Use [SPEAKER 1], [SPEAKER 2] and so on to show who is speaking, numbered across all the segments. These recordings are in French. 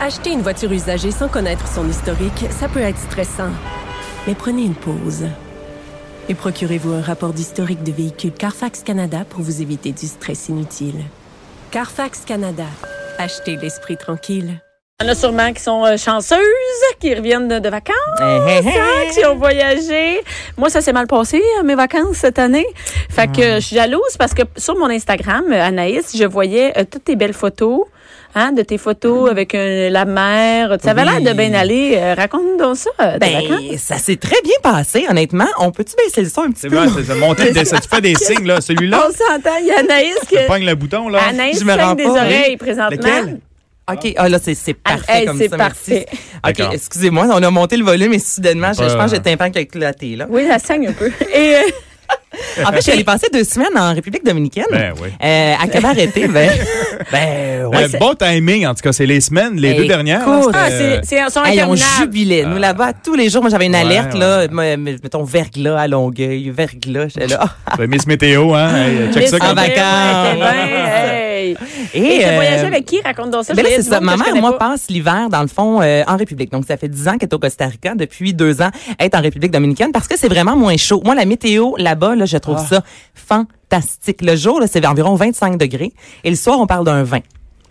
[SPEAKER 1] Acheter une voiture usagée sans connaître son historique, ça peut être stressant. Mais prenez une pause. Et procurez-vous un rapport d'historique de véhicule Carfax Canada pour vous éviter du stress inutile. Carfax Canada. Achetez l'esprit tranquille.
[SPEAKER 2] Il y en a sûrement qui sont euh, chanceuses, qui reviennent de, de vacances,
[SPEAKER 3] Hey, hey, hey.
[SPEAKER 2] hein, qui ont voyagé. Moi, ça s'est mal passé, euh, mes vacances cette année. Fait que
[SPEAKER 3] Hmm.
[SPEAKER 2] euh, je suis jalouse parce que sur mon Instagram, euh, Anaïs, je voyais euh, toutes tes belles photos. Hein, de tes photos avec euh, la mer. Ça avait
[SPEAKER 3] Hmm. Oui.
[SPEAKER 2] l'air de bien aller. Euh, Raconte-nous donc ça, euh, tes vacances.
[SPEAKER 3] Ben, ça s'est très bien passé, honnêtement. On peut-tu baisser le son un petit
[SPEAKER 4] C'est
[SPEAKER 3] peu?
[SPEAKER 4] vrai, c'est ça. Monter le dessin. Tu fais des signes, là. Celui-là,
[SPEAKER 2] On s'entend, il y a Anaïs qui...
[SPEAKER 4] tu pognes le bouton, là. Euh,
[SPEAKER 2] Anaïs
[SPEAKER 3] je me rends
[SPEAKER 2] saigne des
[SPEAKER 3] pas. hein.
[SPEAKER 2] oreilles présentement.
[SPEAKER 4] Lequel?
[SPEAKER 3] OK, ah, là, c'est c'est parfait
[SPEAKER 2] hey,
[SPEAKER 3] comme
[SPEAKER 2] c'est
[SPEAKER 3] ça, merci.
[SPEAKER 2] parfait.
[SPEAKER 3] OK,
[SPEAKER 4] D'accord.
[SPEAKER 3] excusez-moi, on a monté le volume et soudainement, je,
[SPEAKER 4] Pas-
[SPEAKER 3] je pense que j'ai le tympan qui a éclaté, là.
[SPEAKER 2] Oui, ça saigne un peu. Et euh,
[SPEAKER 3] En fait, je suis allée passer deux semaines en République dominicaine.
[SPEAKER 4] Ben oui.
[SPEAKER 3] Euh, à Cabareté, ben... ben,
[SPEAKER 4] Euh, bon timing, en tout cas, c'est les semaines, les
[SPEAKER 3] Hey,
[SPEAKER 4] deux dernières. Euh, là,
[SPEAKER 3] écoute.
[SPEAKER 4] c'était,
[SPEAKER 2] ah, c'est c'est un son
[SPEAKER 3] Hey, on
[SPEAKER 2] interminable.
[SPEAKER 3] jubilait. Nous, là-bas, tous les jours, moi, j'avais une
[SPEAKER 4] Euh, Ouais,
[SPEAKER 3] alerte,
[SPEAKER 4] ouais.
[SPEAKER 3] là, me- me- mettons, verglas à Longueuil, verglas, j'étais là. Ah.
[SPEAKER 4] euh, ben, Miss Météo, hein. Hey, check ça
[SPEAKER 3] Météo.
[SPEAKER 4] comme
[SPEAKER 3] Ah, vacances.
[SPEAKER 2] Ouais, t'es bien, hey. Et
[SPEAKER 3] euh,
[SPEAKER 2] t'as voyagé avec qui? Raconte donc ça.
[SPEAKER 3] Ben
[SPEAKER 2] je
[SPEAKER 3] là,
[SPEAKER 2] voyais
[SPEAKER 3] c'est
[SPEAKER 2] du
[SPEAKER 3] ça.
[SPEAKER 2] monde
[SPEAKER 3] Ma
[SPEAKER 2] que je
[SPEAKER 3] mère,
[SPEAKER 2] connais
[SPEAKER 3] moi,
[SPEAKER 2] pas.
[SPEAKER 3] passe l'hiver, dans le fond, euh, en République. Donc, ça fait 10 ans qu'elle est au Costa Rica, depuis deux ans, elle est en République dominicaine parce que c'est vraiment moins chaud. Moi, la météo là-bas, là, je trouve
[SPEAKER 2] Ah.
[SPEAKER 3] ça fantastique. Le jour, là, c'est environ 25 degrés et le soir, on parle d'un 20.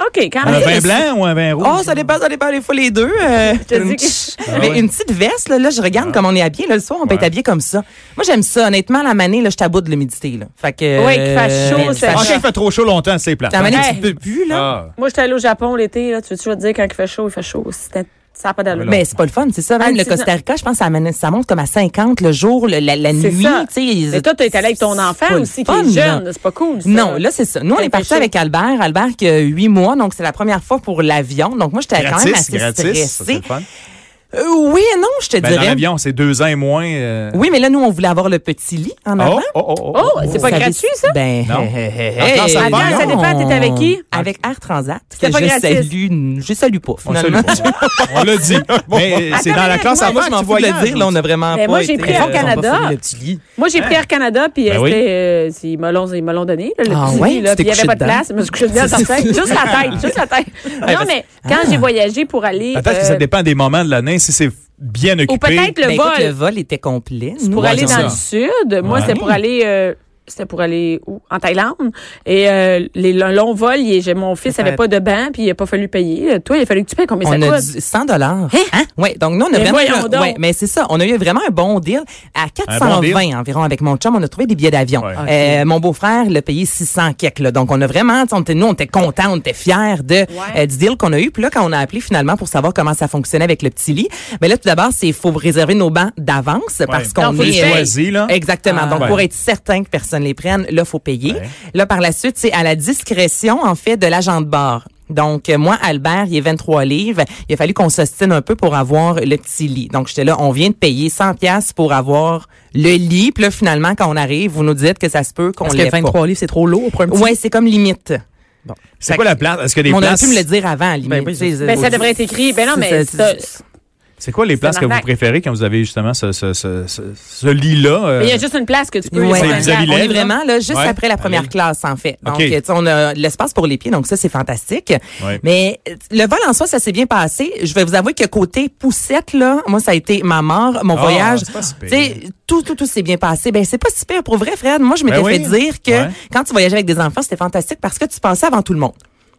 [SPEAKER 2] OK, quand
[SPEAKER 4] Un
[SPEAKER 2] même.
[SPEAKER 4] vin blanc ou un vin rouge?
[SPEAKER 3] Ah, Oh, ça dépend, ça dépend. Des fois, les deux. euh,
[SPEAKER 2] te dis que- Ah.
[SPEAKER 3] une petite-
[SPEAKER 4] Ah
[SPEAKER 3] mais
[SPEAKER 4] ouais.
[SPEAKER 3] une petite veste, là, là, je regarde comme on est habillé. Là, le soir, on peut être
[SPEAKER 4] Ouais.
[SPEAKER 3] habillé comme ça. Moi, j'aime ça. Honnêtement, la manée, là, je taboute de l'humidité. Là. Fait que, euh,
[SPEAKER 2] Ouais, qu'il fasse chaud,
[SPEAKER 3] qu'il
[SPEAKER 2] c'est
[SPEAKER 3] fasse
[SPEAKER 4] En
[SPEAKER 2] ça.
[SPEAKER 4] tout cas, Ah, il fait trop chaud longtemps, c'est plat. Ah,
[SPEAKER 3] La manée,
[SPEAKER 2] Hey.
[SPEAKER 3] tu peux plus, là.
[SPEAKER 2] Moi, j'étais allée au Japon l'été. là. Tu veux-tu je vais te dire quand il fait chaud, il fait chaud. C'était- Ça n'a pas d'allure.
[SPEAKER 3] Ben, c'est pas le fun, c'est ça. Même
[SPEAKER 2] Ah,
[SPEAKER 3] le
[SPEAKER 2] c'est ça.
[SPEAKER 3] Costa Rica, je pense, ça, amène- ça monte comme à 50 le jour, le- la, la
[SPEAKER 2] C'est
[SPEAKER 3] nuit.
[SPEAKER 2] ça.
[SPEAKER 3] tu sais, ils-
[SPEAKER 2] Mais toi, t'es allé avec ton
[SPEAKER 3] c'est
[SPEAKER 2] enfant
[SPEAKER 3] pas le
[SPEAKER 2] aussi, qui
[SPEAKER 3] fun,
[SPEAKER 2] est jeune.
[SPEAKER 3] là.
[SPEAKER 2] C'est pas cool, ça.
[SPEAKER 3] Non, là, c'est ça. Nous, on
[SPEAKER 2] Ça
[SPEAKER 3] est
[SPEAKER 2] fait
[SPEAKER 3] partis
[SPEAKER 2] chaud.
[SPEAKER 3] avec Albert. Albert qui a 8 mois, donc c'est la première fois pour l'avion. Donc, moi, j'étais quand même
[SPEAKER 4] Gratis,
[SPEAKER 3] assez
[SPEAKER 4] gratis. ça, c'est
[SPEAKER 3] stressée.
[SPEAKER 4] le fun.
[SPEAKER 3] Euh, oui et non, je te
[SPEAKER 4] Ben, dans
[SPEAKER 3] dirais.
[SPEAKER 4] l'avion, c'est deux ans et moins. euh,
[SPEAKER 3] Oui, mais là, nous, on voulait avoir le petit lit en avant.
[SPEAKER 4] Oh, oh, oh,
[SPEAKER 2] Oh, c'est pas
[SPEAKER 3] Vous savez-
[SPEAKER 2] gratuit, ça?
[SPEAKER 3] Ben,
[SPEAKER 4] Non.
[SPEAKER 3] hey,
[SPEAKER 4] Attends, ça
[SPEAKER 3] hey,
[SPEAKER 4] va,
[SPEAKER 3] attends,
[SPEAKER 4] non?
[SPEAKER 3] ça dépend, t'étais avec qui?
[SPEAKER 4] On-
[SPEAKER 3] Avec Air Transat.
[SPEAKER 2] C'était
[SPEAKER 3] que
[SPEAKER 2] pas
[SPEAKER 3] je
[SPEAKER 2] gratis.
[SPEAKER 3] salue, je salue pas,
[SPEAKER 4] On, salue
[SPEAKER 3] finalement.
[SPEAKER 4] pas. On l'a dit. Mais euh, c'est dans la classe
[SPEAKER 3] Moi,
[SPEAKER 4] avant
[SPEAKER 3] je
[SPEAKER 4] que
[SPEAKER 3] m'en
[SPEAKER 4] tu
[SPEAKER 3] fous de le
[SPEAKER 4] voyages.
[SPEAKER 3] dire, là, on a vraiment
[SPEAKER 2] Mais
[SPEAKER 3] pas
[SPEAKER 2] Ben, moi, j'ai
[SPEAKER 3] été-
[SPEAKER 2] pris
[SPEAKER 3] Ils
[SPEAKER 2] Air
[SPEAKER 3] ont pas
[SPEAKER 2] Canada.
[SPEAKER 3] fourni le petit lit.
[SPEAKER 2] Moi, j'ai pris Air Canada, puis euh,
[SPEAKER 4] Ben oui.
[SPEAKER 2] c'était, euh, c'est- ils me l'ont ils me l'ont donné, là, le
[SPEAKER 3] Ah
[SPEAKER 2] petit
[SPEAKER 3] ouais?
[SPEAKER 2] lit, là,
[SPEAKER 3] Tu t'es
[SPEAKER 2] puis il n'y avait
[SPEAKER 3] couché
[SPEAKER 2] pas de
[SPEAKER 3] dedans?
[SPEAKER 2] place. Je me suis couchée dedans, certain. Juste la tête, juste la tête. Non,
[SPEAKER 3] parce-
[SPEAKER 2] mais quand j'ai voyagé pour aller...
[SPEAKER 4] Peut-être Ah. que
[SPEAKER 2] euh,
[SPEAKER 4] ça dépend des moments de l'année, si c'est bien occupé.
[SPEAKER 2] Ou peut-être le
[SPEAKER 3] Ben, écoute,
[SPEAKER 2] vol.
[SPEAKER 3] le vol était complet. Nous,
[SPEAKER 2] pour
[SPEAKER 4] Ouais,
[SPEAKER 2] aller
[SPEAKER 4] c'est
[SPEAKER 2] dans le
[SPEAKER 4] ça.
[SPEAKER 2] sud. Moi,
[SPEAKER 4] Ouais.
[SPEAKER 2] c'était pour aller. euh, c'était pour aller où? En Thaïlande. Et euh, les, le long vol, il est- j'ai- mon fils
[SPEAKER 3] Ça
[SPEAKER 2] avait pas de bain, puis il a pas fallu payer. Euh, Toi, il a fallu que tu payes combien ça
[SPEAKER 3] on a
[SPEAKER 2] coûte?
[SPEAKER 3] dû 100 dollars. Hein? Ouais, donc nous on a
[SPEAKER 2] Mais voyons
[SPEAKER 3] vraiment
[SPEAKER 2] donc.
[SPEAKER 3] ouais, mais c'est ça, on a eu vraiment un bon deal à 420
[SPEAKER 4] deal.
[SPEAKER 3] environ avec mon chum, on a trouvé des billets d'avion.
[SPEAKER 2] Ah,
[SPEAKER 4] Ouais.
[SPEAKER 3] Euh, mon beau-frère l'a payé 600 quelques là. Donc on a vraiment on était, nous on était contents, on était fiers de euh, du deal qu'on a eu. Puis là quand on a appelé finalement pour savoir comment ça fonctionnait avec le petit lit, mais là tout d'abord, c'est faut réserver nos bancs d'avance parce qu'on
[SPEAKER 2] Non, faut
[SPEAKER 3] est
[SPEAKER 2] les
[SPEAKER 3] euh,
[SPEAKER 4] choisir,
[SPEAKER 5] Hein?
[SPEAKER 4] là.
[SPEAKER 5] Ah,
[SPEAKER 3] Exactement. Donc
[SPEAKER 4] Ouais.
[SPEAKER 3] pour être certain que personne les prenne, là faut payer.
[SPEAKER 4] Ouais.
[SPEAKER 3] Là, par la suite, c'est à la discrétion, en fait, de l'agent de bord. Donc, euh, moi, Albert, il est 23 livres. Il a fallu qu'on s'ostine un peu pour avoir le petit lit. Donc, j'étais là, on vient de payer 100 pièces pour avoir le lit. Puis là, finalement, quand on arrive, vous nous dites que ça se peut qu'on
[SPEAKER 5] Parce
[SPEAKER 3] l'ait
[SPEAKER 5] que
[SPEAKER 3] pas.
[SPEAKER 5] 23 livres, c'est trop lourd pour un petit.
[SPEAKER 3] Ouais, c'est comme limite.
[SPEAKER 4] C'est quoi la place? Est-ce que les
[SPEAKER 3] Mais on aurait
[SPEAKER 4] places.
[SPEAKER 3] pu me le dire avant, limite.
[SPEAKER 5] Ben oui, c'est-
[SPEAKER 3] Tu sais,
[SPEAKER 2] Ben, ça
[SPEAKER 3] euh,
[SPEAKER 2] devrait être écrit. Ben non, mais
[SPEAKER 3] c'est-
[SPEAKER 2] ça-
[SPEAKER 3] c'est-
[SPEAKER 4] C'est quoi les places que
[SPEAKER 2] une
[SPEAKER 4] vous
[SPEAKER 2] arnaque.
[SPEAKER 4] préférez quand vous avez justement ce, ce, ce, ce- ce lit-là? euh,
[SPEAKER 2] mais il y a juste une place que tu peux.
[SPEAKER 3] Ouais.
[SPEAKER 2] c'est
[SPEAKER 4] vis-à-vis
[SPEAKER 2] un
[SPEAKER 3] on
[SPEAKER 4] l'aile,
[SPEAKER 3] est
[SPEAKER 4] là?
[SPEAKER 3] vraiment là, juste
[SPEAKER 4] Ouais.
[SPEAKER 3] après la première
[SPEAKER 4] Allez.
[SPEAKER 3] classe, en fait. Donc,
[SPEAKER 4] OK.
[SPEAKER 3] euh, tu sais, on a l'espace pour les pieds, donc ça, c'est fantastique.
[SPEAKER 4] Ouais.
[SPEAKER 3] Mais euh, le vol en soi, ça s'est bien passé. Je vais vous avouer que côté poussette, là, moi, ça a été ma mort, mon
[SPEAKER 4] Ah,
[SPEAKER 3] voyage.
[SPEAKER 4] c'est pas si pire.
[SPEAKER 3] Tu sais, tout, tout, tout s'est bien passé. Ben, c'est pas super pour vrai, Fred. Moi, je m'étais
[SPEAKER 4] Ben oui.
[SPEAKER 3] fait dire que
[SPEAKER 4] Ouais.
[SPEAKER 3] quand tu voyageais avec des enfants, c'était fantastique parce que tu passais avant tout le monde.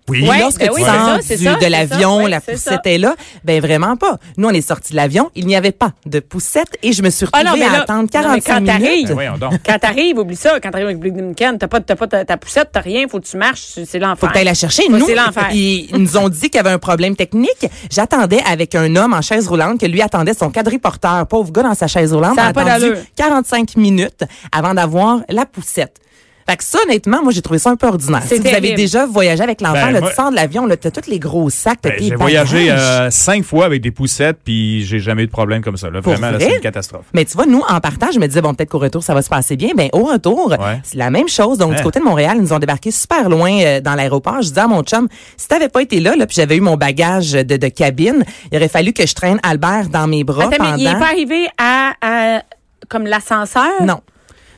[SPEAKER 4] Oui.
[SPEAKER 3] Et
[SPEAKER 2] Ouais,
[SPEAKER 3] lorsque
[SPEAKER 2] ben
[SPEAKER 3] tu
[SPEAKER 2] oui, c'est
[SPEAKER 3] sors
[SPEAKER 2] ça, c'est
[SPEAKER 3] du-
[SPEAKER 2] ça,
[SPEAKER 3] de
[SPEAKER 2] c'est ça,
[SPEAKER 3] l'avion,
[SPEAKER 2] ouais,
[SPEAKER 3] la
[SPEAKER 2] c'est ça.
[SPEAKER 3] poussette est là. Ben vraiment pas. Nous, on est sortis de l'avion, il n'y avait pas de poussette et je me suis
[SPEAKER 2] Ah
[SPEAKER 3] retrouvée
[SPEAKER 2] non, mais
[SPEAKER 3] à
[SPEAKER 2] là,
[SPEAKER 3] attendre
[SPEAKER 2] non, mais
[SPEAKER 3] 45
[SPEAKER 2] quand t'arrives-
[SPEAKER 3] minutes.
[SPEAKER 4] Ben, voyons donc.
[SPEAKER 2] Quand t'arrives, oublie ça. Quand t'arrives avec République dominicaine, t'as pas, t'as pas ta, ta poussette, t'as rien, faut que tu marches, c'est
[SPEAKER 3] Faut
[SPEAKER 2] l'enfer.
[SPEAKER 3] que t'ailles la chercher.
[SPEAKER 2] Faut-
[SPEAKER 3] Nous,
[SPEAKER 2] c'est l'enfer.
[SPEAKER 3] ils ils nous ont dit qu'il y avait un problème technique. J'attendais avec un homme en chaise roulante que lui attendait son quadriporteur, pauvre gars dans sa chaise roulante.
[SPEAKER 2] Ça a
[SPEAKER 3] a
[SPEAKER 2] pas
[SPEAKER 3] attendu
[SPEAKER 2] d'allure.
[SPEAKER 3] 45 minutes avant d'avoir la poussette. Fait que ça, honnêtement, moi, j'ai trouvé ça un peu ordinaire.
[SPEAKER 2] C'est
[SPEAKER 3] Si vous avez
[SPEAKER 2] terrible.
[SPEAKER 3] déjà voyagé avec l'enfant,
[SPEAKER 4] Ben,
[SPEAKER 3] là,
[SPEAKER 4] moi-
[SPEAKER 3] tu sors de l'avion, là, t'as tous les gros sacs, t'as
[SPEAKER 4] Ben,
[SPEAKER 3] tes
[SPEAKER 4] j'ai
[SPEAKER 3] bagages.
[SPEAKER 4] voyagé euh, cinq fois avec des poussettes, puis j'ai jamais eu de problème comme ça. Là,
[SPEAKER 3] Pour
[SPEAKER 4] vraiment, là,
[SPEAKER 3] vrai?
[SPEAKER 4] c'est une catastrophe.
[SPEAKER 3] Mais tu vois, nous, en partant, je me disais, bon, peut-être qu'au retour, ça va se passer bien. Ben, au retour,
[SPEAKER 4] Ouais.
[SPEAKER 3] c'est la même chose. Donc,
[SPEAKER 4] Hein?
[SPEAKER 3] du côté de Montréal, ils nous ont débarqué super loin euh, dans l'aéroport. Je disais à mon chum, si t'avais pas été là, là puis j'avais eu mon bagage de, de cabine, il aurait fallu que je traîne Albert dans mes bras
[SPEAKER 2] Attends, mais
[SPEAKER 3] pendant...
[SPEAKER 2] il est pas arrivé à, à- comme l'ascenseur?
[SPEAKER 3] Non.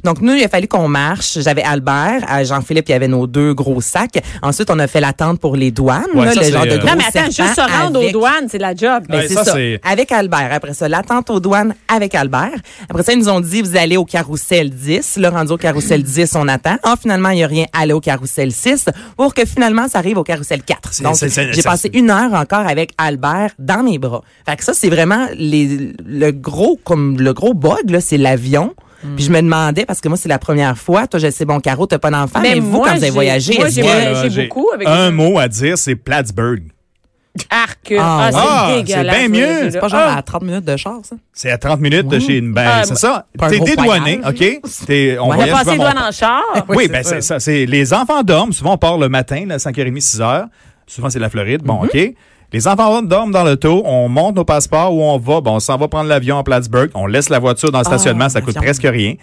[SPEAKER 3] Donc, nous, il a fallu qu'on marche. J'avais Albert, euh, Jean-Philippe, il y avait nos deux gros sacs. Ensuite, on a fait l'attente pour les douanes,
[SPEAKER 4] Ouais,
[SPEAKER 3] là,
[SPEAKER 4] ça,
[SPEAKER 3] le
[SPEAKER 4] c'est,
[SPEAKER 3] genre de
[SPEAKER 4] euh,
[SPEAKER 3] gros
[SPEAKER 2] Non, mais attends,
[SPEAKER 3] serpent
[SPEAKER 2] juste se rendre aux
[SPEAKER 3] avec-
[SPEAKER 2] douanes, c'est la job.
[SPEAKER 3] ben,
[SPEAKER 4] Ouais,
[SPEAKER 3] c'est
[SPEAKER 4] ça,
[SPEAKER 3] ça.
[SPEAKER 4] c'est-
[SPEAKER 3] Avec Albert. Après ça, l'attente aux douanes avec Albert. Après ça, ils nous ont dit, vous allez au carrousel 10. Là, rendu au carrousel 10, on attend. Ah, finalement, il n'y a rien. Allez au carrousel 6 pour que finalement, ça arrive au carrousel 4.
[SPEAKER 4] C'est-
[SPEAKER 3] Donc,
[SPEAKER 4] c'est- c'est-
[SPEAKER 3] j'ai
[SPEAKER 4] ça-
[SPEAKER 3] passé une heure encore avec Albert dans mes bras. Fait que ça, c'est vraiment les, le gros, comme le gros bug, là, c'est l'avion.
[SPEAKER 4] Hmm.
[SPEAKER 3] Puis je me demandais, parce que moi, c'est la première fois. Toi, je sais, bon, Caro, t'as pas d'enfant, mais,
[SPEAKER 2] Mais
[SPEAKER 3] vous,
[SPEAKER 2] Ben, moi,
[SPEAKER 3] quand vous avez
[SPEAKER 2] j'ai-
[SPEAKER 3] voyagé,
[SPEAKER 2] moi,
[SPEAKER 3] est-ce
[SPEAKER 2] j'ai-
[SPEAKER 3] que-
[SPEAKER 2] Ouais, j'ai beaucoup avec-
[SPEAKER 4] un mot à dire, c'est Plattsburgh.
[SPEAKER 2] Arc.
[SPEAKER 3] Ah,
[SPEAKER 2] Ah, c'est
[SPEAKER 4] ah, c'est
[SPEAKER 2] dégueulasse.
[SPEAKER 4] bien
[SPEAKER 2] ce
[SPEAKER 4] mieux. C'est
[SPEAKER 3] c'est pas
[SPEAKER 2] jeu-là.
[SPEAKER 3] genre
[SPEAKER 2] Ah,
[SPEAKER 3] à 30 minutes de char, ça?
[SPEAKER 4] C'est à 30 minutes de chez une ben,
[SPEAKER 2] Ah,
[SPEAKER 4] c'est ça.
[SPEAKER 3] pas un
[SPEAKER 4] T'es
[SPEAKER 3] gros
[SPEAKER 4] dédouané, OK? T'es-
[SPEAKER 3] Ouais.
[SPEAKER 4] on
[SPEAKER 2] On a
[SPEAKER 4] voyage
[SPEAKER 2] passé les
[SPEAKER 4] souvent, on-
[SPEAKER 2] douanes en char.
[SPEAKER 4] Oui,
[SPEAKER 3] Oui,
[SPEAKER 4] ben
[SPEAKER 3] c'est ça.
[SPEAKER 4] c'est ça. C'est les enfants dorment. Souvent, on part le matin, là, 5h30, 6h. Souvent, c'est la Floride. Bon, OK. Les enfants dorment dans l'auto. On monte nos passeports où on va. Bon, on s'en va prendre l'avion à Plattsburgh. On laisse la voiture dans le stationnement. ça coûte
[SPEAKER 3] l'avion.
[SPEAKER 4] presque rien.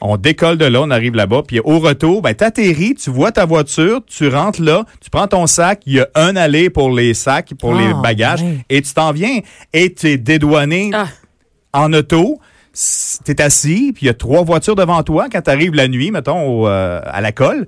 [SPEAKER 4] On décolle de là, on arrive là-bas, puis au retour, ben t'atterris, tu vois ta voiture, tu rentres là, tu prends ton sac, il y a un aller pour les sacs, pour les
[SPEAKER 3] Ah,
[SPEAKER 4] bagages,
[SPEAKER 3] ouais.
[SPEAKER 4] et tu t'en viens, et tu es dédouané
[SPEAKER 2] Ah.
[SPEAKER 4] en auto, s- t'es assis, puis il y a trois voitures devant toi quand t'arrives la nuit, mettons, au, euh, à la colle,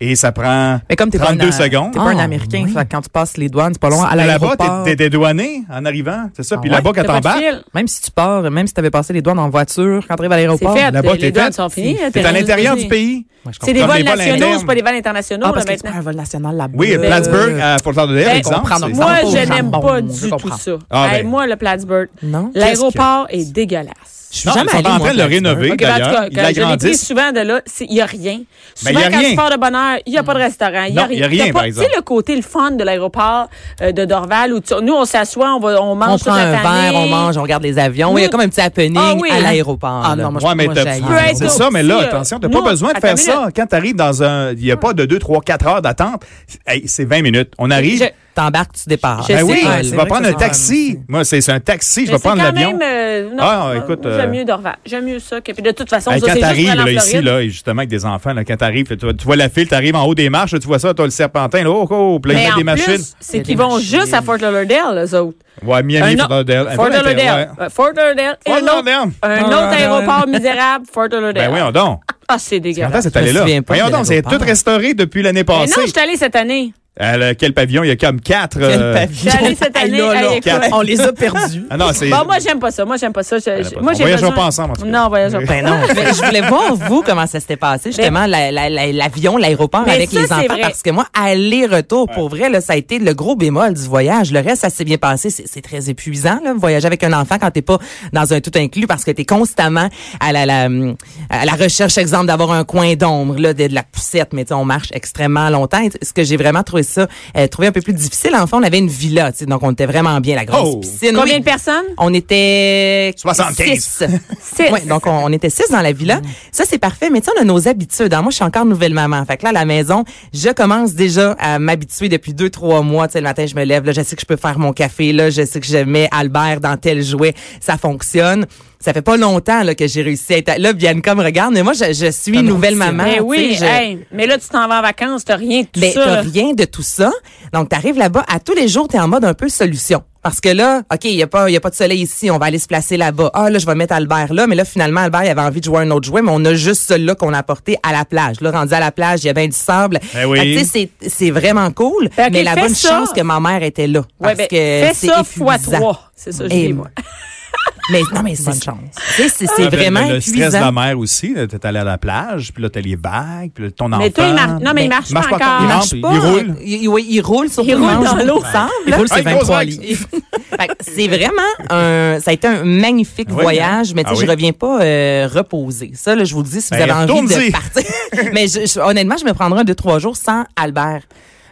[SPEAKER 4] et ça prend
[SPEAKER 3] Mais comme t'es pas
[SPEAKER 4] 32
[SPEAKER 3] un-
[SPEAKER 4] secondes.
[SPEAKER 3] T'es pas un Ah, Américain. oui.
[SPEAKER 5] fait que
[SPEAKER 3] Quand tu passes les douanes, c'est pas long. À
[SPEAKER 4] Là-bas, t'es-
[SPEAKER 3] l'aéroport.
[SPEAKER 4] t'es dédouané en arrivant, c'est ça. puis
[SPEAKER 3] ouais?
[SPEAKER 4] là-bas, quand
[SPEAKER 2] T'as pas de
[SPEAKER 4] t'embarques,
[SPEAKER 2] fil.
[SPEAKER 3] Même si tu pars, même si t'avais passé les douanes en voiture, quand t'arrives à
[SPEAKER 2] C'est
[SPEAKER 3] l'aéroport.
[SPEAKER 2] fait.
[SPEAKER 4] là-bas,
[SPEAKER 2] les
[SPEAKER 4] t'es
[SPEAKER 2] douanes
[SPEAKER 4] fait.
[SPEAKER 2] sont finies.
[SPEAKER 4] T'es à l'intérieur du pays.
[SPEAKER 2] C'est des
[SPEAKER 4] Comme
[SPEAKER 2] vols
[SPEAKER 4] les vols
[SPEAKER 2] nationaux,
[SPEAKER 4] internes.
[SPEAKER 2] c'est pas des vols internationaux,
[SPEAKER 3] Ah,
[SPEAKER 2] là,
[SPEAKER 3] parce que tu prends
[SPEAKER 2] maintenant.
[SPEAKER 3] un vol national là-bas.
[SPEAKER 4] Oui,
[SPEAKER 3] Euh,
[SPEAKER 4] Plattsburgh, à Fort Lauderddale,
[SPEAKER 2] Ben,
[SPEAKER 4] exemple.
[SPEAKER 3] comprendre.
[SPEAKER 4] Ah, c'est-
[SPEAKER 3] Ça
[SPEAKER 2] Moi,
[SPEAKER 3] ressemble au
[SPEAKER 2] je n'aime
[SPEAKER 3] jambon,
[SPEAKER 2] pas
[SPEAKER 3] je
[SPEAKER 2] du tout
[SPEAKER 3] comprends.
[SPEAKER 2] ça.
[SPEAKER 4] Ah,
[SPEAKER 2] Hey,
[SPEAKER 4] ben.
[SPEAKER 2] moi, le Plattsburgh,
[SPEAKER 3] Non.
[SPEAKER 2] l'aéroport est dégueulasse.
[SPEAKER 3] Je suis
[SPEAKER 4] Non,
[SPEAKER 3] jamais
[SPEAKER 4] ils sont
[SPEAKER 3] allée,
[SPEAKER 4] en
[SPEAKER 3] moi,
[SPEAKER 4] train de le
[SPEAKER 3] à Plattsburgh.
[SPEAKER 4] rénover,
[SPEAKER 2] Ok, ben, en tout
[SPEAKER 4] d'ailleurs.
[SPEAKER 2] cas,
[SPEAKER 4] Ils
[SPEAKER 2] quand je l'ai pris
[SPEAKER 4] l'agrandissent.
[SPEAKER 2] souvent de là, c'est- il n'y a rien.
[SPEAKER 4] Ben,
[SPEAKER 2] Souvent,
[SPEAKER 4] il y a
[SPEAKER 2] quand
[SPEAKER 4] rien. Mm.
[SPEAKER 2] tu pars de bonne heure, il n'y a pas de restaurant. Il n'y a,
[SPEAKER 4] Non, il y a
[SPEAKER 2] T'as
[SPEAKER 4] rien,
[SPEAKER 2] pas-
[SPEAKER 4] par exemple.
[SPEAKER 2] Tu sais, le côté, le fun de l'aéroport euh, de Dorval, où tu- nous, on s'assoit, on, va- on mange
[SPEAKER 3] On
[SPEAKER 2] toute
[SPEAKER 3] prend
[SPEAKER 2] la
[SPEAKER 3] un verre,
[SPEAKER 2] famille.
[SPEAKER 3] on mange, on regarde les avions. Il y a
[SPEAKER 2] Nous-
[SPEAKER 3] comme un petit happening
[SPEAKER 2] Ah oui.
[SPEAKER 3] à l'aéroport.
[SPEAKER 5] Ah
[SPEAKER 3] là.
[SPEAKER 5] non, moi,
[SPEAKER 4] Ouais, mais
[SPEAKER 5] moi,
[SPEAKER 4] t'as- Ben
[SPEAKER 5] j'haïs.
[SPEAKER 3] Peut être
[SPEAKER 4] C'est ça, mais là,
[SPEAKER 2] aussi, euh,
[SPEAKER 4] attention, t'as
[SPEAKER 2] nous,
[SPEAKER 4] pas besoin de
[SPEAKER 2] attends
[SPEAKER 4] faire
[SPEAKER 2] une
[SPEAKER 4] ça.
[SPEAKER 2] minute.
[SPEAKER 4] Quand t'arrives dans un, il n'y a pas de 2, 3, 4 heures d'attente. Hey, c'est 20 minutes. On arrive.
[SPEAKER 2] Je-
[SPEAKER 3] T'embarques, tu départs.
[SPEAKER 2] Je
[SPEAKER 4] Ben
[SPEAKER 2] sais
[SPEAKER 4] oui,
[SPEAKER 2] pas.
[SPEAKER 4] tu
[SPEAKER 3] C'est
[SPEAKER 4] vas
[SPEAKER 3] vrai
[SPEAKER 4] prendre
[SPEAKER 3] que
[SPEAKER 4] un
[SPEAKER 3] ça, c'est
[SPEAKER 4] taxi. Moi, c'est c'est un taxi,
[SPEAKER 2] Mais
[SPEAKER 4] je vais
[SPEAKER 2] c'est
[SPEAKER 4] prendre
[SPEAKER 2] quand
[SPEAKER 4] l'avion.
[SPEAKER 2] même, euh, non,
[SPEAKER 4] Ah,
[SPEAKER 2] moi,
[SPEAKER 4] écoute,
[SPEAKER 2] moi,
[SPEAKER 4] euh,
[SPEAKER 2] J'aime mieux Dorval. J'aime mieux ça. que- puis de toute façon,
[SPEAKER 4] Hey,
[SPEAKER 2] ça,
[SPEAKER 4] quand
[SPEAKER 2] c'est juste
[SPEAKER 4] t'arrives
[SPEAKER 2] pour
[SPEAKER 4] là,
[SPEAKER 2] aller en
[SPEAKER 4] ici,
[SPEAKER 2] Floride.
[SPEAKER 4] là, et justement avec des enfants, là, quand t'arrives, tu, vois- tu vois la file, t'arrives en haut des marches, là, tu vois ça, t'as le serpentin, là, oh, oh, puis là, il
[SPEAKER 2] Mais
[SPEAKER 4] y a
[SPEAKER 2] en
[SPEAKER 4] des machines.
[SPEAKER 2] plus, c'est
[SPEAKER 3] Il y a
[SPEAKER 2] qu'ils
[SPEAKER 3] des
[SPEAKER 2] vont
[SPEAKER 3] machines.
[SPEAKER 2] juste à Fort Lauderdale, eux autres.
[SPEAKER 4] Ouais, Miami,
[SPEAKER 2] Un
[SPEAKER 4] Fort
[SPEAKER 2] autre-
[SPEAKER 4] Lauderdale.
[SPEAKER 2] Fort
[SPEAKER 4] Un peu
[SPEAKER 2] Lauderdale.
[SPEAKER 4] l'intérieur, ouais.
[SPEAKER 2] Euh, Fort Lauderdale. Et
[SPEAKER 4] Fort
[SPEAKER 2] un autre-
[SPEAKER 4] Lauderdale.
[SPEAKER 2] Un
[SPEAKER 3] Fort
[SPEAKER 2] autre
[SPEAKER 3] Lauderdale.
[SPEAKER 2] aérroport misérable, Fort
[SPEAKER 4] Ben
[SPEAKER 2] Lauderdale.
[SPEAKER 4] oui, donc.
[SPEAKER 2] Ah, c'est
[SPEAKER 4] Quand est-ce
[SPEAKER 2] dégueulasse.
[SPEAKER 4] que t'allais
[SPEAKER 3] Je me
[SPEAKER 4] là?
[SPEAKER 3] souviens pas
[SPEAKER 4] Voyons
[SPEAKER 3] de
[SPEAKER 4] donc, c'est tout
[SPEAKER 3] l'aéroport.
[SPEAKER 4] restauré depuis l'année
[SPEAKER 2] Mais
[SPEAKER 4] passée.
[SPEAKER 2] non, je suis allée cette année.
[SPEAKER 4] À la- quel pavillon? Il y a comme quatre. euh,
[SPEAKER 2] Je suis allée cette
[SPEAKER 3] Hey,
[SPEAKER 2] année.
[SPEAKER 3] là,
[SPEAKER 2] Hey,
[SPEAKER 3] là,
[SPEAKER 2] écoute.
[SPEAKER 4] quatre.
[SPEAKER 3] On les a perdus.
[SPEAKER 4] Ah non, c'est.
[SPEAKER 2] Bon, moi, j'aime pas ça. Moi, j'aime pas ça. Je- je-
[SPEAKER 4] pas-
[SPEAKER 2] moi,
[SPEAKER 4] on
[SPEAKER 2] j'ai
[SPEAKER 4] voyageons
[SPEAKER 2] besoin-
[SPEAKER 4] pas ensemble, en tout cas.
[SPEAKER 2] Non, voyageons pas.
[SPEAKER 3] Ben non, mais je voulais voir vous comment ça s'était passé justement la- la- la- l'avion, l'aéroport
[SPEAKER 2] Mais
[SPEAKER 3] avec
[SPEAKER 2] ça,
[SPEAKER 3] les
[SPEAKER 2] c'est
[SPEAKER 3] enfants
[SPEAKER 2] vrai.
[SPEAKER 3] parce que moi aller-retour pour vrai là, ça a été le gros bémol du voyage. Le reste ça s'est bien passé, c'est c'est très épuisant là, voyager avec un enfant quand t'es pas dans un tout inclus parce que t'es constamment à la, la à la recherche exemple d'avoir un coin d'ombre là de, de la poussette mais tu sais, on marche extrêmement longtemps. Et ce que j'ai vraiment trouvé ça euh, trouvé un peu plus difficile enfin on avait une villa, tu sais, donc on était vraiment bien la grosse
[SPEAKER 4] Oh!
[SPEAKER 3] piscine.
[SPEAKER 2] Combien
[SPEAKER 3] Oui.
[SPEAKER 2] de personnes?
[SPEAKER 3] On était
[SPEAKER 4] 75.
[SPEAKER 3] six.
[SPEAKER 2] Six. Mm.
[SPEAKER 3] Ouais, donc on, on était six dans la villa. Ça c'est parfait, mais tu sais, on a nos habitudes. hein. Moi, je suis encore nouvelle maman. Fait que là, à la maison, je commence déjà à m'habituer depuis deux trois mois. Tu sais, le matin, je me lève, là, je sais que je peux faire mon café, là, je sais que je mets Albert dans tel jouet, ça fonctionne. Ça fait pas longtemps là, que j'ai réussi à être à- là. Bianca me regarde, mais moi, je, je suis nouvelle maman.
[SPEAKER 2] Mais
[SPEAKER 3] Ben tu
[SPEAKER 2] Ben oui,
[SPEAKER 3] sais, je-
[SPEAKER 2] hey, mais là, tu t'en vas en vacances, t'as rien de tout
[SPEAKER 3] ben,
[SPEAKER 2] ça.
[SPEAKER 3] t'as
[SPEAKER 2] là.
[SPEAKER 3] rien de tout ça. Donc, t'arrives là-bas, à tous les jours, t'es en mode un peu solution. Parce que là, OK, il n'y a, pas- y a pas de soleil ici, on va aller se placer là-bas. Ah, là, je vais mettre Albert là. Mais là, finalement, Albert, il avait envie de jouer à un autre jouet, mais on a juste celui-là qu'on a apporté à la plage. Là, rendu à la plage, il y avait du sable.
[SPEAKER 4] Ben oui.
[SPEAKER 3] Fait que, tu sais, c'est- c'est vraiment cool.
[SPEAKER 2] Fait que
[SPEAKER 3] mais la
[SPEAKER 2] Ben, fais
[SPEAKER 3] bonne
[SPEAKER 2] ça.
[SPEAKER 3] chance que ma mère était là.
[SPEAKER 2] Ouais,
[SPEAKER 3] parce
[SPEAKER 2] ben,
[SPEAKER 3] que
[SPEAKER 2] fais
[SPEAKER 3] c'est
[SPEAKER 2] ça fois
[SPEAKER 3] épuisant.
[SPEAKER 2] trois. C'est ça, je
[SPEAKER 3] Et-
[SPEAKER 2] dis, moi.
[SPEAKER 3] Mais non, mais c'est bonne chance. C'est c'est- c'est
[SPEAKER 4] Ah, ben,
[SPEAKER 3] vraiment
[SPEAKER 4] le, le stress de
[SPEAKER 3] épuisant.
[SPEAKER 4] la mer aussi. là, T'es allé à la plage, puis là, t'as les vagues, puis là, ton enfant.
[SPEAKER 2] Mais toi, il marche. Non, mais il marche
[SPEAKER 4] marche
[SPEAKER 2] pas
[SPEAKER 4] pas encore.
[SPEAKER 2] encore.
[SPEAKER 4] Il
[SPEAKER 3] Il
[SPEAKER 4] rampe,
[SPEAKER 3] marche
[SPEAKER 4] il
[SPEAKER 3] pas.
[SPEAKER 4] roule.
[SPEAKER 3] Il, oui, il roule sur
[SPEAKER 2] Il
[SPEAKER 3] tout le
[SPEAKER 2] roule
[SPEAKER 3] monde,
[SPEAKER 2] dans l'eau.
[SPEAKER 3] ensemble. Il roule,
[SPEAKER 4] Ah,
[SPEAKER 3] c'est
[SPEAKER 4] une grosse
[SPEAKER 3] 23
[SPEAKER 4] vague.
[SPEAKER 3] livres. Fait que c'est vraiment un, ça a été un magnifique
[SPEAKER 4] Oui.
[SPEAKER 3] voyage, mais tu sais,
[SPEAKER 4] Ah
[SPEAKER 3] je
[SPEAKER 4] oui.
[SPEAKER 3] reviens pas euh, reposer. Ça, là, je vous le dis, si vous
[SPEAKER 4] Ben,
[SPEAKER 3] avez envie
[SPEAKER 4] retourne-y.
[SPEAKER 3] de partir. mais je- je- honnêtement, je me prendrai un, deux, trois jours sans Albert.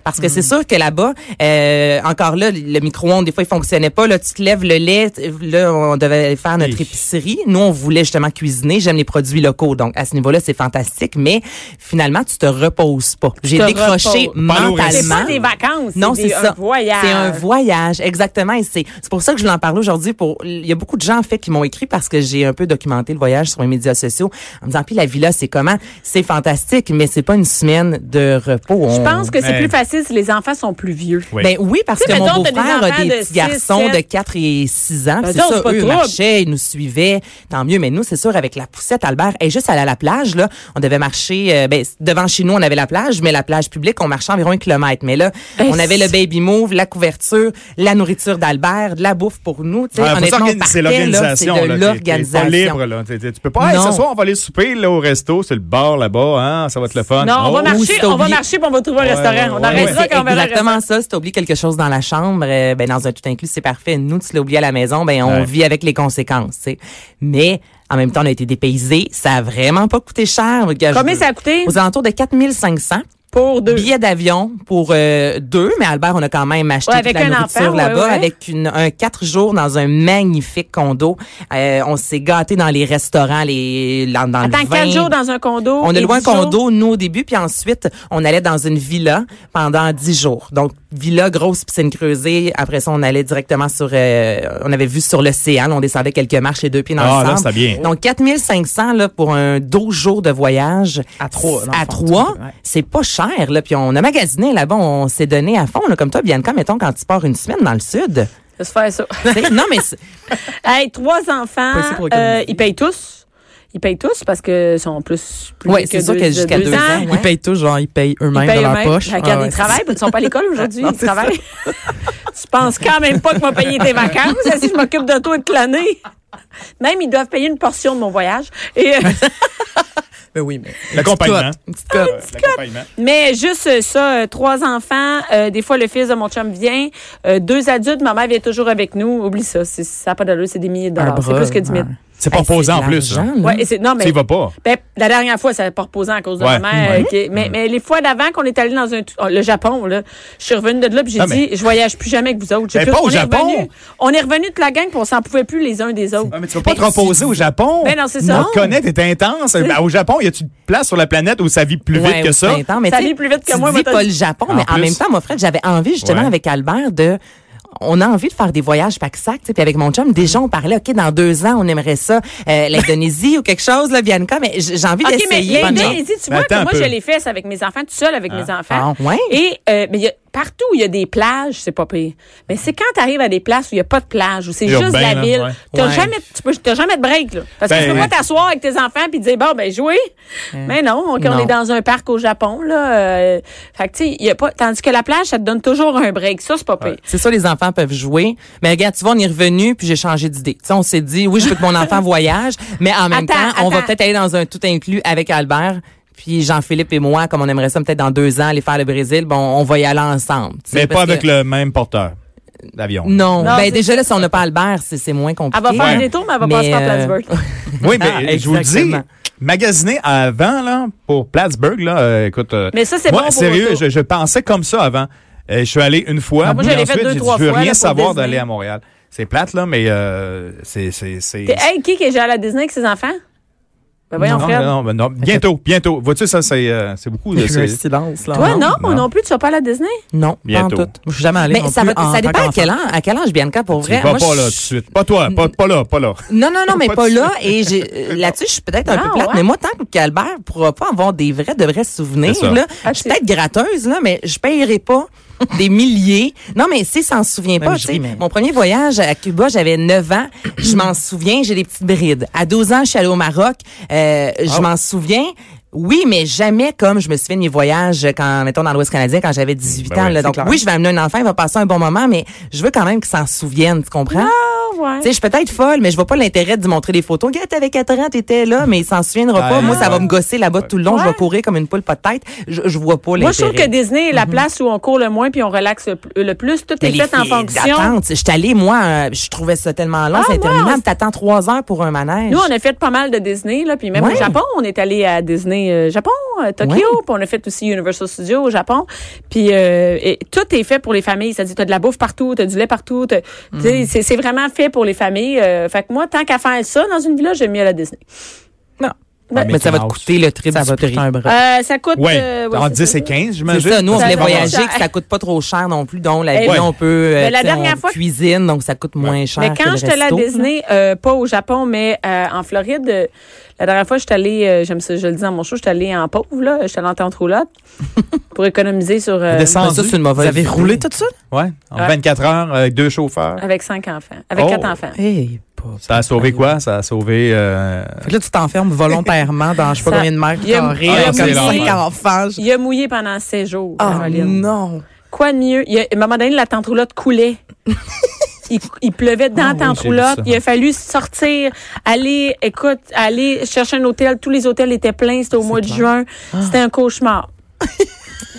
[SPEAKER 3] Parce que c'est
[SPEAKER 4] Hmm.
[SPEAKER 3] sûr que là-bas, euh, encore là, le micro-ondes, des fois, il fonctionnait pas. Là, tu te lèves le lait. t- Là, on devait faire notre
[SPEAKER 4] Hi.
[SPEAKER 3] épicerie. Nous, on voulait justement cuisiner. J'aime les produits locaux. Donc, à ce niveau-là, c'est fantastique. Mais finalement, tu te reposes pas. J'ai
[SPEAKER 2] te
[SPEAKER 3] décroché
[SPEAKER 2] reposes. C'est
[SPEAKER 3] mentalement.
[SPEAKER 2] pas des vacances,
[SPEAKER 3] Non, c'est
[SPEAKER 2] des-
[SPEAKER 3] ça.
[SPEAKER 2] un voyage.
[SPEAKER 3] C'est un voyage, exactement. Et c'est c'est pour ça que je voulais en parler aujourd'hui. Pour il y a beaucoup de gens en fait qui m'ont écrit parce que j'ai un peu documenté le voyage sur mes médias sociaux en me disant puis la villa c'est comment C'est fantastique, mais c'est pas une semaine de repos.
[SPEAKER 2] Je pense que c'est
[SPEAKER 4] Mais-
[SPEAKER 2] plus facile 6, les enfants sont plus vieux.
[SPEAKER 4] Oui.
[SPEAKER 3] Ben oui, parce
[SPEAKER 2] Tu sais,
[SPEAKER 3] que mon
[SPEAKER 2] mettons, t'as des
[SPEAKER 3] beau-frère a
[SPEAKER 2] enfants
[SPEAKER 3] des
[SPEAKER 2] de
[SPEAKER 3] petits
[SPEAKER 2] six,
[SPEAKER 3] garçons de
[SPEAKER 2] sept.
[SPEAKER 3] 4 et 6 ans. puis
[SPEAKER 2] Ben
[SPEAKER 3] c'est
[SPEAKER 2] donc,
[SPEAKER 3] ça,
[SPEAKER 2] c'est pas
[SPEAKER 3] eux
[SPEAKER 2] trop.
[SPEAKER 3] marchaient, ils nous suivaient, tant mieux. Mais nous, c'est sûr, avec la poussette, Albert, et juste aller à la plage, là, on devait marcher, euh, ben, c- devant chez nous, on avait la plage, mais la plage publique, on marchait environ un kilomètre. Mais là,
[SPEAKER 2] Ben,
[SPEAKER 3] on avait le
[SPEAKER 2] c'est-
[SPEAKER 3] baby move, la couverture, la nourriture d'Albert, de la bouffe pour nous. tu sais,
[SPEAKER 4] Ouais, faut
[SPEAKER 3] honnêtement, on
[SPEAKER 4] s'organiser.
[SPEAKER 3] partait,
[SPEAKER 4] c'est
[SPEAKER 3] là,
[SPEAKER 4] l'organisation.
[SPEAKER 3] C'est de
[SPEAKER 4] là. T'es-
[SPEAKER 3] l'organisation.
[SPEAKER 4] T'es pas libre, là. T'es- t'es- tu peux pas, hey,
[SPEAKER 3] Non.
[SPEAKER 4] ce soir, on va aller souper, là, au resto, c'est le bar, là-bas, hein, ça va être le fun.
[SPEAKER 2] Non, on va
[SPEAKER 3] ou
[SPEAKER 4] Oh,
[SPEAKER 3] si
[SPEAKER 2] marcher,
[SPEAKER 3] t'as
[SPEAKER 2] on va
[SPEAKER 3] oublié-
[SPEAKER 2] marcher puis on va trouver un
[SPEAKER 4] Ouais, ouais,
[SPEAKER 2] restaurant. On
[SPEAKER 4] ouais,
[SPEAKER 3] Ben,
[SPEAKER 4] ouais.
[SPEAKER 2] arrêtera
[SPEAKER 3] c'est
[SPEAKER 2] Ah, quand on verra le
[SPEAKER 3] exactement
[SPEAKER 2] restaurant.
[SPEAKER 3] ça. Si tu oublies quelque chose dans la chambre, euh, ben, dans un tout inclus, c'est parfait. Nous, tu l'as oublié à la maison, ben, on
[SPEAKER 4] Ouais.
[SPEAKER 3] vit avec les conséquences. tu sais. Mais en même temps, on a été dépaysés. Ça a vraiment pas coûté cher. Regarde,
[SPEAKER 2] Combien
[SPEAKER 3] je-
[SPEAKER 2] ça a coûté
[SPEAKER 3] Aux alentours de 4500
[SPEAKER 2] pour deux?
[SPEAKER 3] billets d'avion pour euh, deux, mais Albert, on a quand même acheté
[SPEAKER 2] Ouais,
[SPEAKER 3] toute
[SPEAKER 2] avec
[SPEAKER 3] la
[SPEAKER 2] un
[SPEAKER 3] nourriture
[SPEAKER 2] enfant, ouais,
[SPEAKER 3] là-bas
[SPEAKER 2] ouais.
[SPEAKER 3] avec une, un quatre jours dans un magnifique condo. Euh, on s'est gâté dans les restaurants, les dans, dans
[SPEAKER 2] Attends,
[SPEAKER 3] le
[SPEAKER 2] quatre
[SPEAKER 3] vin.
[SPEAKER 2] jours dans un condo.
[SPEAKER 3] On a
[SPEAKER 2] et
[SPEAKER 3] loué un
[SPEAKER 2] dix jours.
[SPEAKER 3] condo, nous, au début, puis ensuite, on allait dans une villa pendant dix jours. Donc, villa, grosse piscine creusée. Après ça, on allait directement sur... euh, on avait vu sur l'océan. là, On descendait quelques marches les deux pieds dans
[SPEAKER 4] Ah,
[SPEAKER 3] le
[SPEAKER 4] là,
[SPEAKER 3] sable.
[SPEAKER 4] c'était bien.
[SPEAKER 3] Donc, 4500 là, pour un 12 jours de voyage. À
[SPEAKER 5] trois, dans le
[SPEAKER 3] À
[SPEAKER 5] fond,
[SPEAKER 3] trois,
[SPEAKER 5] tout, ouais.
[SPEAKER 3] c'est pas cher. Là. Puis on a magasiné là-bas. On s'est donné à fond. Là, comme toi, Bianca, mettons, quand tu pars une semaine dans le sud.
[SPEAKER 2] Je vais se faire ça.
[SPEAKER 3] tu sais, non, mais... c'est-
[SPEAKER 2] Hey, trois enfants,
[SPEAKER 5] Pas ici pour
[SPEAKER 2] euh,
[SPEAKER 5] économiser.
[SPEAKER 2] ils payent tous. Ils payent tous parce que sont plus, plus
[SPEAKER 3] Ouais,
[SPEAKER 2] que
[SPEAKER 3] c'est sûr
[SPEAKER 2] deux-
[SPEAKER 3] que jusqu'à deux ans, ouais.
[SPEAKER 5] Ils payent tout, genre, ils payent eux-mêmes
[SPEAKER 2] Ils
[SPEAKER 5] dans
[SPEAKER 2] payent
[SPEAKER 5] leur
[SPEAKER 2] eux-mêmes.
[SPEAKER 5] poche.
[SPEAKER 2] Regarde,
[SPEAKER 5] Ah ouais,
[SPEAKER 2] ils travaillent, ils ne sont pas à l'école aujourd'hui, ils travaillent. tu penses quand même pas que moi payer tes vacances, si je m'occupe de toi toute l'année. Même, ils doivent payer une portion de mon voyage. Et, euh,
[SPEAKER 5] c'est- Ben oui, mais.
[SPEAKER 4] L'accompagnement.
[SPEAKER 5] Une petite cote.
[SPEAKER 4] euh, l'accompagnement.
[SPEAKER 2] mais juste euh, ça, euh, trois enfants, euh, des fois le fils de mon chum vient, euh, deux adultes, ma mère vient toujours avec nous. Oublie ça, c'est- ça n'a pas d'allure, c'est des milliers de
[SPEAKER 5] Un
[SPEAKER 2] dollars. C'est
[SPEAKER 5] bras,
[SPEAKER 2] plus que 10 000.
[SPEAKER 5] ouais.
[SPEAKER 4] C'est pas
[SPEAKER 3] Hey, c'est de
[SPEAKER 4] posant en plus.
[SPEAKER 3] l'argent,
[SPEAKER 4] hein.
[SPEAKER 3] là.
[SPEAKER 2] Ouais, et c'est- non, mais.
[SPEAKER 4] Tu y vas pas.
[SPEAKER 2] Ben, la dernière fois, ça n'a pas reposé à cause de
[SPEAKER 4] Ouais.
[SPEAKER 2] ma mère. euh, qui- mais, mais les fois d'avant qu'on est allé dans un, oh, le Japon, là, je suis revenue de là puis j'ai
[SPEAKER 4] Ah,
[SPEAKER 2] dit, je voyage plus jamais avec vous autres. J'ai
[SPEAKER 4] Mais
[SPEAKER 2] plus-
[SPEAKER 4] pas au
[SPEAKER 2] on est
[SPEAKER 4] Japon!
[SPEAKER 2] revenu- on est revenu toute la gang puis on s'en pouvait plus les uns des autres.
[SPEAKER 4] Ah, mais tu vas pas te reposer au Japon.
[SPEAKER 2] Ben non, c'est ça.
[SPEAKER 4] On te connaît, t'es intense. Ben, au Japon, y a-tu de place sur la planète où ça vit plus
[SPEAKER 3] Ouais,
[SPEAKER 4] vite
[SPEAKER 3] au
[SPEAKER 4] que ça?
[SPEAKER 3] printemps, mais
[SPEAKER 2] Ça
[SPEAKER 3] tu sais,
[SPEAKER 2] vit plus vite que
[SPEAKER 3] tu
[SPEAKER 2] moi,
[SPEAKER 3] dis
[SPEAKER 2] moi,
[SPEAKER 3] pas le Japon,
[SPEAKER 4] En
[SPEAKER 3] mais en
[SPEAKER 4] plus.
[SPEAKER 3] même temps, moi, Fred, j'avais envie justement
[SPEAKER 4] Ouais.
[SPEAKER 3] avec Albert de on a envie de faire des voyages pack-sac, tu sais, puis avec mon chum, déjà on parlait, ok, dans deux ans, on aimerait ça, euh, l'Indonésie ou quelque chose, là, Bianca, mais j- j'ai envie
[SPEAKER 2] OK, mais
[SPEAKER 3] d'essayer.
[SPEAKER 2] l'Indonésie, tu
[SPEAKER 4] Mais
[SPEAKER 2] vois,
[SPEAKER 4] attends
[SPEAKER 2] que moi,
[SPEAKER 4] un peu.
[SPEAKER 2] je l'ai fait ça avec mes enfants, tout seul avec mes enfants.
[SPEAKER 3] ah, ouais?
[SPEAKER 2] Et euh, mais il y a- partout où il y a des plages, c'est pas pire. Mais c'est quand tu arrives à des places où il n'y a pas de plage, où c'est
[SPEAKER 4] Urbain,
[SPEAKER 2] juste la
[SPEAKER 4] là,
[SPEAKER 2] ville,
[SPEAKER 4] ouais.
[SPEAKER 2] t'as
[SPEAKER 3] Ouais.
[SPEAKER 2] jamais, tu peux, t'as jamais de break. Là. Parce que
[SPEAKER 4] Ben,
[SPEAKER 2] tu peux
[SPEAKER 4] ouais.
[SPEAKER 2] pas t'asseoir avec tes enfants puis dire, bon, ben jouez. Mais non, on- quand on
[SPEAKER 3] Non.
[SPEAKER 2] est dans un parc au Japon, là, euh, fait que, tu sais, il y a pas, tandis que la plage, ça te donne toujours un break. Ça, c'est pas pire.
[SPEAKER 3] C'est ça, les enfants peuvent jouer. Mais regarde, tu vois, on est revenu, puis j'ai changé d'idée. Tu sais, on s'est dit, oui, je veux que mon enfant voyage, mais en même
[SPEAKER 2] Attends,
[SPEAKER 3] temps, on va
[SPEAKER 2] attends.
[SPEAKER 3] peut-être aller dans un tout inclus avec Albert. Puis Jean-Philippe et moi, comme on aimerait ça peut-être dans deux ans aller faire le Brésil, bon, on va y aller ensemble. tu sais,
[SPEAKER 4] Mais pas
[SPEAKER 3] parce
[SPEAKER 4] avec
[SPEAKER 3] que-
[SPEAKER 4] le même porteur d'avion.
[SPEAKER 3] Non.
[SPEAKER 2] Non, c'est-
[SPEAKER 3] ben déjà là, si on n'a pas Albert, c'est c'est moins
[SPEAKER 2] Elle
[SPEAKER 3] compliqué.
[SPEAKER 2] va faire
[SPEAKER 4] Ouais.
[SPEAKER 2] des tours, mais elle va
[SPEAKER 3] Mais,
[SPEAKER 2] passer par
[SPEAKER 3] euh,
[SPEAKER 2] Plattsburgh.
[SPEAKER 4] Oui,
[SPEAKER 2] Ah,
[SPEAKER 4] mais je vous le dis,
[SPEAKER 3] Exactement.
[SPEAKER 4] magasiner avant là, pour Plattsburgh, là, euh, écoute. euh,
[SPEAKER 2] Mais ça, c'est
[SPEAKER 4] moi,
[SPEAKER 2] bon pour
[SPEAKER 4] sérieux,
[SPEAKER 2] auto.
[SPEAKER 4] je, je pensais comme ça avant. Euh, je suis allé une fois,
[SPEAKER 2] Ah, moi,
[SPEAKER 4] puis
[SPEAKER 2] j'avais fait
[SPEAKER 4] ensuite,
[SPEAKER 2] deux,
[SPEAKER 4] j'ai dit,
[SPEAKER 2] trois
[SPEAKER 4] je veux
[SPEAKER 2] fois,
[SPEAKER 4] rien
[SPEAKER 2] là, pour
[SPEAKER 4] savoir
[SPEAKER 2] Disney.
[SPEAKER 4] d'aller à Montréal. C'est plate, là, mais euh, c'est. c'est- c'est-
[SPEAKER 2] T'es- Hey, qui qui est déjà allé à Disney avec ses enfants? Ben voyons,
[SPEAKER 4] non,
[SPEAKER 2] Fred.
[SPEAKER 4] non, non, non, bientôt, bientôt. Vois-tu, ça, c'est euh, c'est beaucoup. là,
[SPEAKER 5] C'est un
[SPEAKER 4] c'est-
[SPEAKER 5] silence, là.
[SPEAKER 2] Toi, non,
[SPEAKER 4] non.
[SPEAKER 2] non, plus, tu vas pas aller à Disney?
[SPEAKER 3] Non, pas en
[SPEAKER 4] Bientôt.
[SPEAKER 3] tout.
[SPEAKER 5] Je suis jamais allé.
[SPEAKER 3] Mais
[SPEAKER 5] non
[SPEAKER 3] ça,
[SPEAKER 5] plus
[SPEAKER 3] va,
[SPEAKER 5] en
[SPEAKER 3] ça
[SPEAKER 5] tant
[SPEAKER 3] dépend à
[SPEAKER 5] qu'enfant.
[SPEAKER 3] quel an, à quel âge Bianca pour
[SPEAKER 4] Tu
[SPEAKER 3] vrai.
[SPEAKER 4] vas
[SPEAKER 3] Moi,
[SPEAKER 4] pas
[SPEAKER 3] je-
[SPEAKER 4] là tout de suite. Pas toi, pas, pas là, pas là.
[SPEAKER 3] Non, non, non, mais
[SPEAKER 4] Pas
[SPEAKER 3] pas
[SPEAKER 4] de
[SPEAKER 3] là. Et j'ai euh, là-dessus, je suis peut-être un
[SPEAKER 2] Ah,
[SPEAKER 3] peu plate,
[SPEAKER 2] ouais.
[SPEAKER 3] mais moi, tant qu'Albert pourra pas avoir des vrais, de vrais souvenirs,
[SPEAKER 4] C'est ça.
[SPEAKER 3] là,
[SPEAKER 2] Ah,
[SPEAKER 3] je suis
[SPEAKER 2] c'est-
[SPEAKER 3] peut-être gratteuse, là, mais je payerai pas des milliers. Non, mais si s'en souvient pas,
[SPEAKER 5] mais je
[SPEAKER 3] tu sais,
[SPEAKER 5] ris, mais-
[SPEAKER 3] mon premier voyage à Cuba, j'avais 9 ans, je m'en souviens, j'ai des petites brides. À 12 ans, je suis allée au Maroc, euh,
[SPEAKER 4] Oh.
[SPEAKER 3] je m'en souviens. Oui, mais jamais comme je me souviens de mes voyages quand, mettons, dans l'Ouest canadien, quand j'avais 18
[SPEAKER 4] Ben
[SPEAKER 3] ans.
[SPEAKER 4] ouais,
[SPEAKER 3] là.
[SPEAKER 4] c'est
[SPEAKER 3] Donc,
[SPEAKER 5] clair.
[SPEAKER 3] oui, je vais amener un enfant, il va passer un bon moment, mais je veux quand même qu'il s'en souvienne, tu comprends?
[SPEAKER 2] Ah, ouais.
[SPEAKER 3] Tu sais, je suis peut-être folle, mais je vois pas l'intérêt de lui montrer des photos. Regarde, t'avais 4 ans, t'étais là, mais il s'en souviendra
[SPEAKER 4] Ah,
[SPEAKER 3] pas. Moi,
[SPEAKER 4] ouais.
[SPEAKER 3] ça va me gosser là-bas tout le long. Je
[SPEAKER 2] Ouais.
[SPEAKER 3] vais courir comme une poule pas de tête. Je, je vois pas l'intérêt. Mm-hmm.
[SPEAKER 2] Moi, je trouve que Disney est la place où on court le moins puis on relaxe le pl- le plus. Tout
[SPEAKER 3] Mais
[SPEAKER 2] est
[SPEAKER 3] les
[SPEAKER 2] fait en
[SPEAKER 3] files
[SPEAKER 2] fonction.
[SPEAKER 3] d'attente, J'étais allée, moi, euh, je trouvais ça tellement long,
[SPEAKER 2] Ah,
[SPEAKER 3] c'est
[SPEAKER 2] ouais,
[SPEAKER 3] interminable.
[SPEAKER 2] on-
[SPEAKER 3] T'attends trois heures pour un manège.
[SPEAKER 2] Nous, on a fait pas mal de Disney, là, puis même
[SPEAKER 3] Ouais.
[SPEAKER 2] au Japon, on est allé à Disney euh, Japon, euh, Tokyo,
[SPEAKER 3] Ouais.
[SPEAKER 2] puis on a fait aussi Universal Studios au Japon, puis euh, et tout est fait pour les familles, c'est-à-dire t'as de la bouffe partout, t'as du lait partout, t'as- tu sais,
[SPEAKER 3] Mm.
[SPEAKER 2] c'est c'est vraiment fait pour les familles. euh, fait que moi, tant qu'à faire ça dans une villa, j'aime mieux la Disney.
[SPEAKER 3] Non.
[SPEAKER 5] Ah,
[SPEAKER 2] Ouais.
[SPEAKER 3] mais ça va te coûter le trip
[SPEAKER 5] Ça
[SPEAKER 3] du
[SPEAKER 5] va
[SPEAKER 3] prix.
[SPEAKER 5] coûter un bras.
[SPEAKER 2] Euh, ça coûte
[SPEAKER 4] Ouais,
[SPEAKER 2] euh, ouais,
[SPEAKER 4] en
[SPEAKER 2] c'est
[SPEAKER 4] 10
[SPEAKER 2] ça.
[SPEAKER 4] et 15,
[SPEAKER 3] C'est
[SPEAKER 4] j'imagine.
[SPEAKER 3] ça, nous, on
[SPEAKER 2] Ça
[SPEAKER 3] voulait
[SPEAKER 2] va
[SPEAKER 3] voyager,
[SPEAKER 2] cher.
[SPEAKER 3] que ça coûte pas trop cher non plus. Donc,
[SPEAKER 5] Eh
[SPEAKER 3] la vie,
[SPEAKER 4] Ouais.
[SPEAKER 3] on peut, euh,
[SPEAKER 2] Mais la
[SPEAKER 3] tu sais,
[SPEAKER 2] dernière
[SPEAKER 3] on
[SPEAKER 2] fois-
[SPEAKER 3] cuisine, donc ça coûte moins cher
[SPEAKER 2] Mais quand
[SPEAKER 3] que
[SPEAKER 2] j'étais allée
[SPEAKER 3] le
[SPEAKER 2] à
[SPEAKER 3] resto.
[SPEAKER 2] Disney, euh, pas au Japon, mais euh, en Floride, euh, La dernière fois, je suis allée, euh, j'aime ça, je le dis dans mon show, je suis allée en pauvre, là. Je suis allée en tente roulotte pour économiser sur. euh,
[SPEAKER 4] Descendu.
[SPEAKER 3] Ben, ça, c'est une mauvaise
[SPEAKER 5] Vous avez
[SPEAKER 3] idée.
[SPEAKER 5] roulé tout ça?
[SPEAKER 4] Ouais, en
[SPEAKER 2] Ouais.
[SPEAKER 4] 24 heures avec deux chauffeurs.
[SPEAKER 2] avec cinq enfants. Avec
[SPEAKER 4] Oh.
[SPEAKER 2] quatre enfants.
[SPEAKER 5] Hey, Eh, pas-
[SPEAKER 4] Ça a sauvé quoi? Ça a sauvé... euh,
[SPEAKER 5] Fait que là, tu t'enfermes volontairement dans je sais pas
[SPEAKER 2] Ça-
[SPEAKER 5] combien de mères
[SPEAKER 2] Il y a-
[SPEAKER 5] carrées,
[SPEAKER 4] Ah,
[SPEAKER 5] avec
[SPEAKER 4] c'est
[SPEAKER 5] comme
[SPEAKER 4] long,
[SPEAKER 5] cinq
[SPEAKER 4] ouais.
[SPEAKER 5] enfants. je-
[SPEAKER 2] Il a mouillé pendant sept jours,
[SPEAKER 5] Ah
[SPEAKER 2] Caroline.
[SPEAKER 5] non!
[SPEAKER 2] Quoi de mieux? Il y a- à un moment donné, la tente roulotte coulait. il, il pleuvait dans
[SPEAKER 4] Ah
[SPEAKER 2] la
[SPEAKER 4] oui,
[SPEAKER 2] tente
[SPEAKER 4] j'ai vu
[SPEAKER 2] roulotte.
[SPEAKER 4] ça.
[SPEAKER 2] Il a fallu sortir, aller, écoute, aller chercher un hôtel. Tous les hôtels étaient pleins. C'était au mois de juin. C'était un cauchemar.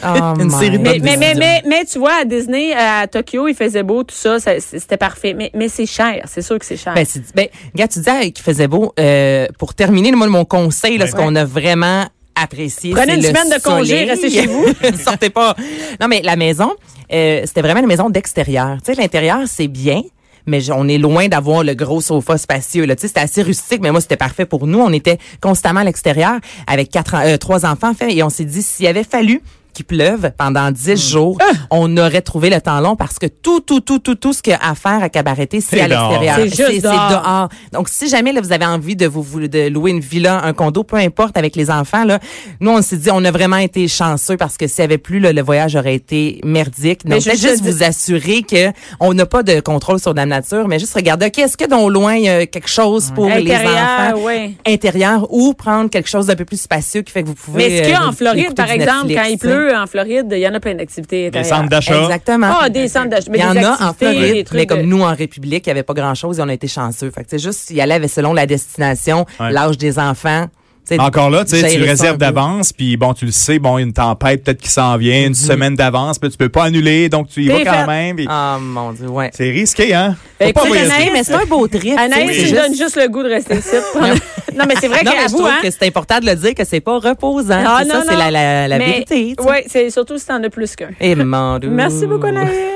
[SPEAKER 3] Ah,
[SPEAKER 5] Une
[SPEAKER 3] my
[SPEAKER 5] série de
[SPEAKER 3] God.
[SPEAKER 2] Mais, mais, mais,
[SPEAKER 5] décision.
[SPEAKER 2] mais, mais tu vois, à Disney, à Tokyo, il faisait beau, tout ça. ça- C'était parfait. Mais, mais c'est cher. C'est sûr que c'est cher.
[SPEAKER 3] Ben, c'est- ben, regarde, tu disais qu'il faisait beau. euh, pour terminer, moi, mon conseil, là,
[SPEAKER 4] Ouais.
[SPEAKER 3] ce qu'on a vraiment apprécié,
[SPEAKER 2] Prenez
[SPEAKER 3] c'est
[SPEAKER 2] une
[SPEAKER 3] le
[SPEAKER 2] semaine de congé,
[SPEAKER 3] soleil.
[SPEAKER 2] restez chez vous.
[SPEAKER 3] Sortez pas. Non, mais la maison, euh, c'était vraiment une maison d'extérieur. Tu sais, l'intérieur, c'est bien. Mais j- on est loin d'avoir le gros sofa spacieux. Là. Tu sais, C'était assez rustique, mais moi, c'était parfait pour nous. On était constamment à l'extérieur avec quatre, en- euh, trois enfants. en fait, et on s'est dit, s'il avait fallu qu'il pleuve pendant dix
[SPEAKER 4] Hmm.
[SPEAKER 3] jours,
[SPEAKER 2] Ah!
[SPEAKER 3] on aurait trouvé le temps long parce que tout, tout, tout, tout, tout ce qu'il y a à faire à cabareter, c'est
[SPEAKER 4] C'est
[SPEAKER 3] à
[SPEAKER 4] dehors.
[SPEAKER 3] l'extérieur.
[SPEAKER 2] C'est juste dehors.
[SPEAKER 3] dehors. Donc, si jamais là, vous avez envie de vous, vous- de louer une villa, un condo, peu importe, avec les enfants, là, nous, on s'est dit, on a vraiment été chanceux parce que s'il n'y avait plus, là, le voyage aurait été merdique.
[SPEAKER 2] Mais
[SPEAKER 3] Donc,
[SPEAKER 2] je
[SPEAKER 3] peut-être
[SPEAKER 2] veux
[SPEAKER 3] juste
[SPEAKER 2] juste
[SPEAKER 3] vous assurer que on n'a pas de contrôle sur la nature, mais juste regarder, OK, est-ce que dans au loin, il y a quelque chose pour les
[SPEAKER 2] Intérieur,
[SPEAKER 3] enfants?
[SPEAKER 2] ouais.
[SPEAKER 3] intérieur ou prendre quelque chose d'un peu plus spacieux qui fait que vous pouvez
[SPEAKER 2] Mais est-ce qu'il y a
[SPEAKER 3] euh,
[SPEAKER 2] en Floride,
[SPEAKER 3] écouter
[SPEAKER 2] par
[SPEAKER 3] du
[SPEAKER 2] exemple,
[SPEAKER 3] Netflix,
[SPEAKER 2] quand il
[SPEAKER 3] tu sais?
[SPEAKER 2] pleut en Floride, il y en a plein d'activités
[SPEAKER 4] Des
[SPEAKER 2] intérieures.
[SPEAKER 4] centres d'achat.
[SPEAKER 3] exactement
[SPEAKER 2] Ah, des centres d'achat. Mais
[SPEAKER 3] il y en
[SPEAKER 2] des
[SPEAKER 3] a en
[SPEAKER 2] activités, des
[SPEAKER 3] Floride,
[SPEAKER 2] trucs
[SPEAKER 3] mais comme
[SPEAKER 2] de-
[SPEAKER 3] nous en République, il n'y avait pas grand-chose et on a été chanceux. Fait que c'est juste, il y allait avec- selon la destination,
[SPEAKER 4] Ouais.
[SPEAKER 3] l'âge des enfants. tu sais,
[SPEAKER 4] Encore là, tu sais, tu
[SPEAKER 3] gérer
[SPEAKER 4] le
[SPEAKER 3] ça un
[SPEAKER 4] réserves
[SPEAKER 3] peu.
[SPEAKER 4] d'avance, puis bon, tu le sais, bon, il y a une tempête peut-être qui s'en vient, une semaine d'avance, mais tu peux pas annuler, donc tu y vas
[SPEAKER 2] T'es
[SPEAKER 4] quand
[SPEAKER 2] fait.
[SPEAKER 4] même. puis
[SPEAKER 3] Ah mon dieu, ouais.
[SPEAKER 4] C'est risqué, hein? Faut
[SPEAKER 2] Ben,
[SPEAKER 4] pas
[SPEAKER 2] écoute,
[SPEAKER 4] voyager.
[SPEAKER 2] Anaïs,
[SPEAKER 3] Mais c'est pas un beau trip. tu sais,
[SPEAKER 2] Anaïs, tu
[SPEAKER 3] c'est
[SPEAKER 2] me
[SPEAKER 3] juste-
[SPEAKER 2] donnes juste le goût de rester ici. non, mais c'est vrai
[SPEAKER 3] Non, mais
[SPEAKER 2] qu'à
[SPEAKER 3] je
[SPEAKER 2] vous,
[SPEAKER 3] trouve
[SPEAKER 2] hein?
[SPEAKER 3] que c'est important de le dire que c'est pas reposant.
[SPEAKER 2] Ah,
[SPEAKER 3] C'est
[SPEAKER 2] non,
[SPEAKER 3] ça, c'est
[SPEAKER 2] non.
[SPEAKER 3] la, la, la
[SPEAKER 2] Mais-
[SPEAKER 3] vérité. tu sais.
[SPEAKER 2] Oui, c'est surtout si t'en as plus qu'un.
[SPEAKER 3] Et mon dieu.
[SPEAKER 2] Merci beaucoup, Anaïs.